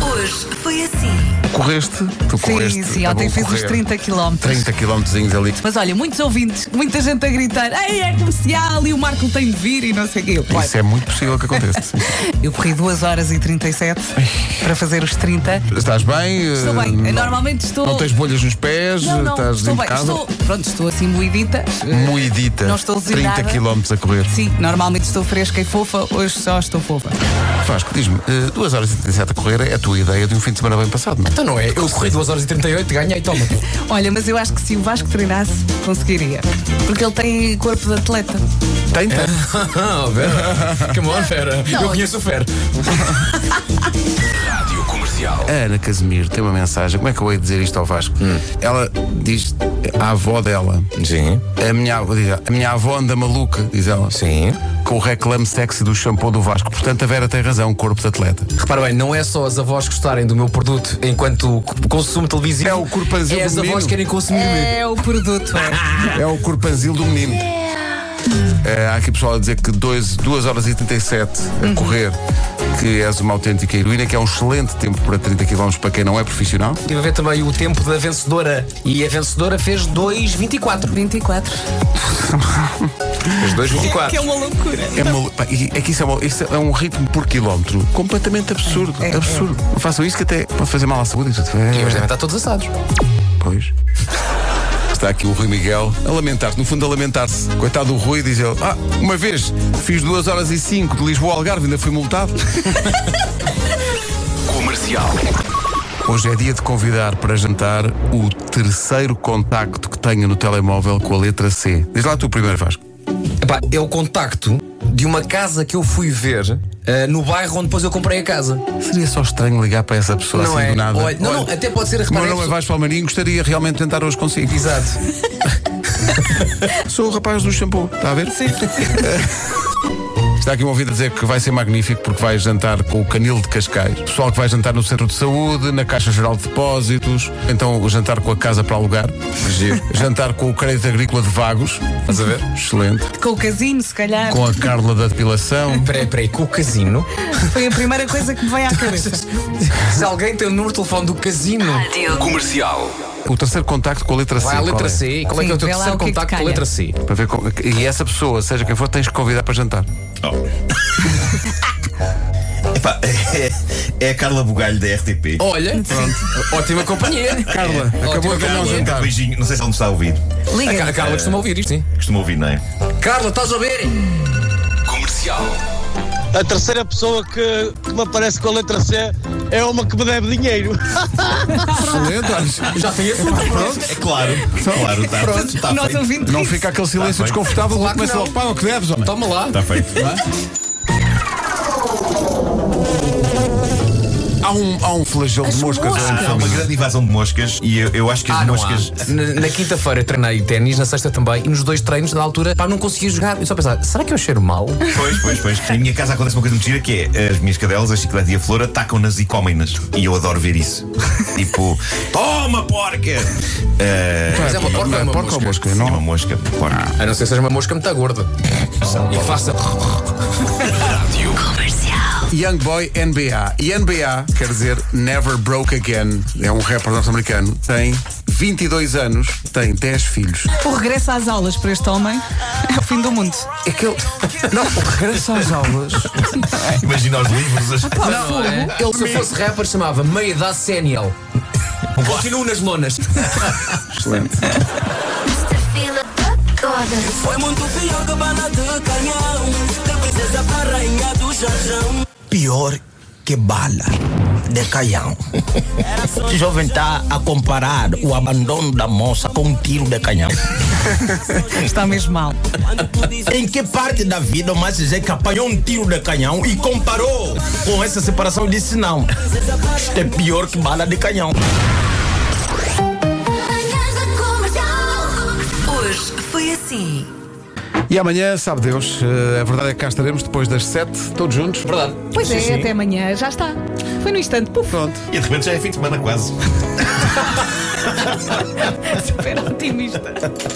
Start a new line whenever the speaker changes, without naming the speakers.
Mas foi assim.
Correste? Tu correste?
sim, sim,
é
ontem
bom
fiz
correr.
os 30 km.
30 km ali.
Mas olha, muitos ouvintes, muita gente a gritar: Ei, é comercial e o Marco tem de vir e não sei o quê. Eu, olha,
Isso é muito possível que aconteça. sim.
Eu corri 2 horas e 37 para fazer os 30.
Estás bem?
Estou
Eh,
bem,
não-
normalmente estou.
Não tens bolhas nos pés?
Não, não,
estás Hum.
estou bem,
impecável?
estou. Pronto, estou assim moidita.
Moidita.
Não estou
30
zerada.
km a correr.
Eh, Sim, normalmente estou fresca e fofa, hoje só estou fofa.
Vasco, diz-me, 2 horas e 37 a correr é a tua ideia de um fim de semana bem passado, não é?
Então não é, eu corri 2 horas e 38, ganhei, toma.
Olha, mas eu acho que se o Vasco treinasse, conseguiria. Porque ele tem corpo de atleta.
Tem, tem.
Ah, Vera, come on, Vera. Eu conheço o Fer.
A Ana Casimiro tem uma mensagem. Como é que eu hei de dizer isto ao Vasco? Ela diz à avó dela.
Sim,
A minha, avó- diz ela, a minha avó anda maluca, diz ela.
sim.
Com o reclame sexy do shampoo do Vasco. Portanto, a Vera tem razão, corpo de atleta.
Repara bem, não é só as avós gostarem do meu produto enquanto c- consumo televisivo.
É o corpanzil
É as
do menino.
avós que querem consumir.
É o produto. é.
É o corpanzil do menino. É, há aqui pessoal a dizer que 2 horas e 37 a correr, que és uma autêntica heroína, que é um excelente tempo para 30 km para quem não é profissional.
Estive a ver também o tempo da vencedora. E a vencedora fez 2,24.
24.
Fez 2,24.
Que é uma loucura.
É, malu- pá, e é que isso é, uma- isso é um ritmo por quilómetro completamente absurdo.
É, é.
absurdo. Não Façam isso que até pode fazer mal à saúde e tudo. É,
E hoje devem estar todos assados.
Pois. Está aqui o Rui Miguel a lamentar-se, no fundo a lamentar-se. Coitado do Rui, diz ele: Ah, uma vez fiz 2 horas e 5 de Lisboa ao Algarve, ainda fui multado. Hoje é dia de convidar para jantar o terceiro contacto que tenho no telemóvel com a letra C. Diz lá tu primeiro, Vasco.
Epá, é o contacto de uma casa que eu fui ver ah, no bairro onde depois eu comprei a casa.
Seria só estranho ligar para essa pessoa assim do nada.
Olha, não, não,
Olha,
até pode ser
Meu
reparado.
nome é Vasco Palmarinho, gostaria realmente de tentar hoje consigo.
Exato.
Sou o rapaz do shampoo, está a ver? Sim. Está aqui um ouvido a dizer que vai ser magnífico porque vai jantar com o Canil de Cascais. Pessoal que vai jantar no Centro de Saúde, na Caixa Geral de Depósitos, então o jantar com a Casa para Alugar,
Giro.
jantar com o Crédito Agrícola de Vagos,
Estás a ver?
excelente,
Com o casino, se calhar.
com a Carla da Depilação.
Peraí, peraí, com o casino.
Foi a primeira coisa que me veio à cabeça.
Se alguém tem o número de telefone do casino,
Ah,
O terceiro contacto com a letra C.
vai à
qual
letra
é?
C. Qual é que
Sim,
é o teu
vê lá
terceiro
o que é que te
contacto com a
calha.
letra C?
Para ver com- E essa pessoa, seja quem for, tens que convidar para jantar.
Epá, é, é a Carla Bugalho da RTP.
Olha, ótima companhia.
Carla, acabou
ótimo,
de ganhar um
Carla.
Um
jantar.
beijinho, não sei se ela me está a ouvir.
A Ca-
Liga.
a Carla costuma ouvir isto, sim.
Costuma ouvir, não é?
Carla, estás a ouvir?
A terceira pessoa que, que me aparece com a letra C é uma que me deve dinheiro.
Excelente, olha.
Já tem esse número.
É claro, claro, está feito. Está
O nosso
Tá feito.
ouvinte
Não
disse.
fica aquele silêncio
bem.
desconfortável
Claro
claro
que
começa
não.
logo, pá, o que deves, homem?
Toma lá.
Está Tá feito.
é?
Há um, há um flagelo de moscas.
Ah, Há uma grande invasão de moscas e eu, eu acho que as
Ah, não há.
moscas.
Na, na quinta-feira eu treinei ténis, na sexta também, e nos dois treinos, na altura, pá, não conseguia jogar. Eu só pensava, será que eu cheiro mal?
Pois, pois, pois. Em minha casa acontece uma coisa muito gira que é as minhas cadelas, a chiclete e a flor, atacam-nas e comem-nas. E eu adoro ver isso. tipo, toma porca! Ah,
Mas é uma porca, é uma
porca ou mosca?
mosca. Ah.
é uma
Não.
mosca, porca.
A não ser que seja uma mosca muito gorda. E faça.
Young Boy NBA. E NBA quer dizer Never Broke Again. É um rapper norte-americano. Tem 22 anos, tem 10 filhos.
O regresso às aulas para este homem é o fim do mundo.
É que ele. Não, regressa às aulas.
Imagina os livros, as.
Não, é? Ele, se fosse rapper, chamava Meia da Séniel. Continuo nas lonas.
Excelente.
Esta fila toda.
Foi muito pior que bala de canhão. Da princesa para a rainha do jarjão.
pior que bala de canhão. O jovem está a comparar o abandono da moça com um tiro de canhão.
Está mesmo mal.
Quando tu dizes
Em que parte da vida o Márcio Zé que apanhou um tiro de canhão e comparou com essa separação e disse não, isto é pior que bala de canhão.
Manhãs da comercial.
Hoje foi assim.
E amanhã, sabe Deus, eh, a verdade é que cá estaremos depois das 7, todos juntos.
Verdade.
Pois
Sim,
é,
sim.
até amanhã. Já está. Foi no instante. Puf,
Pronto.
E de repente já é fim de semana quase.
super otimista.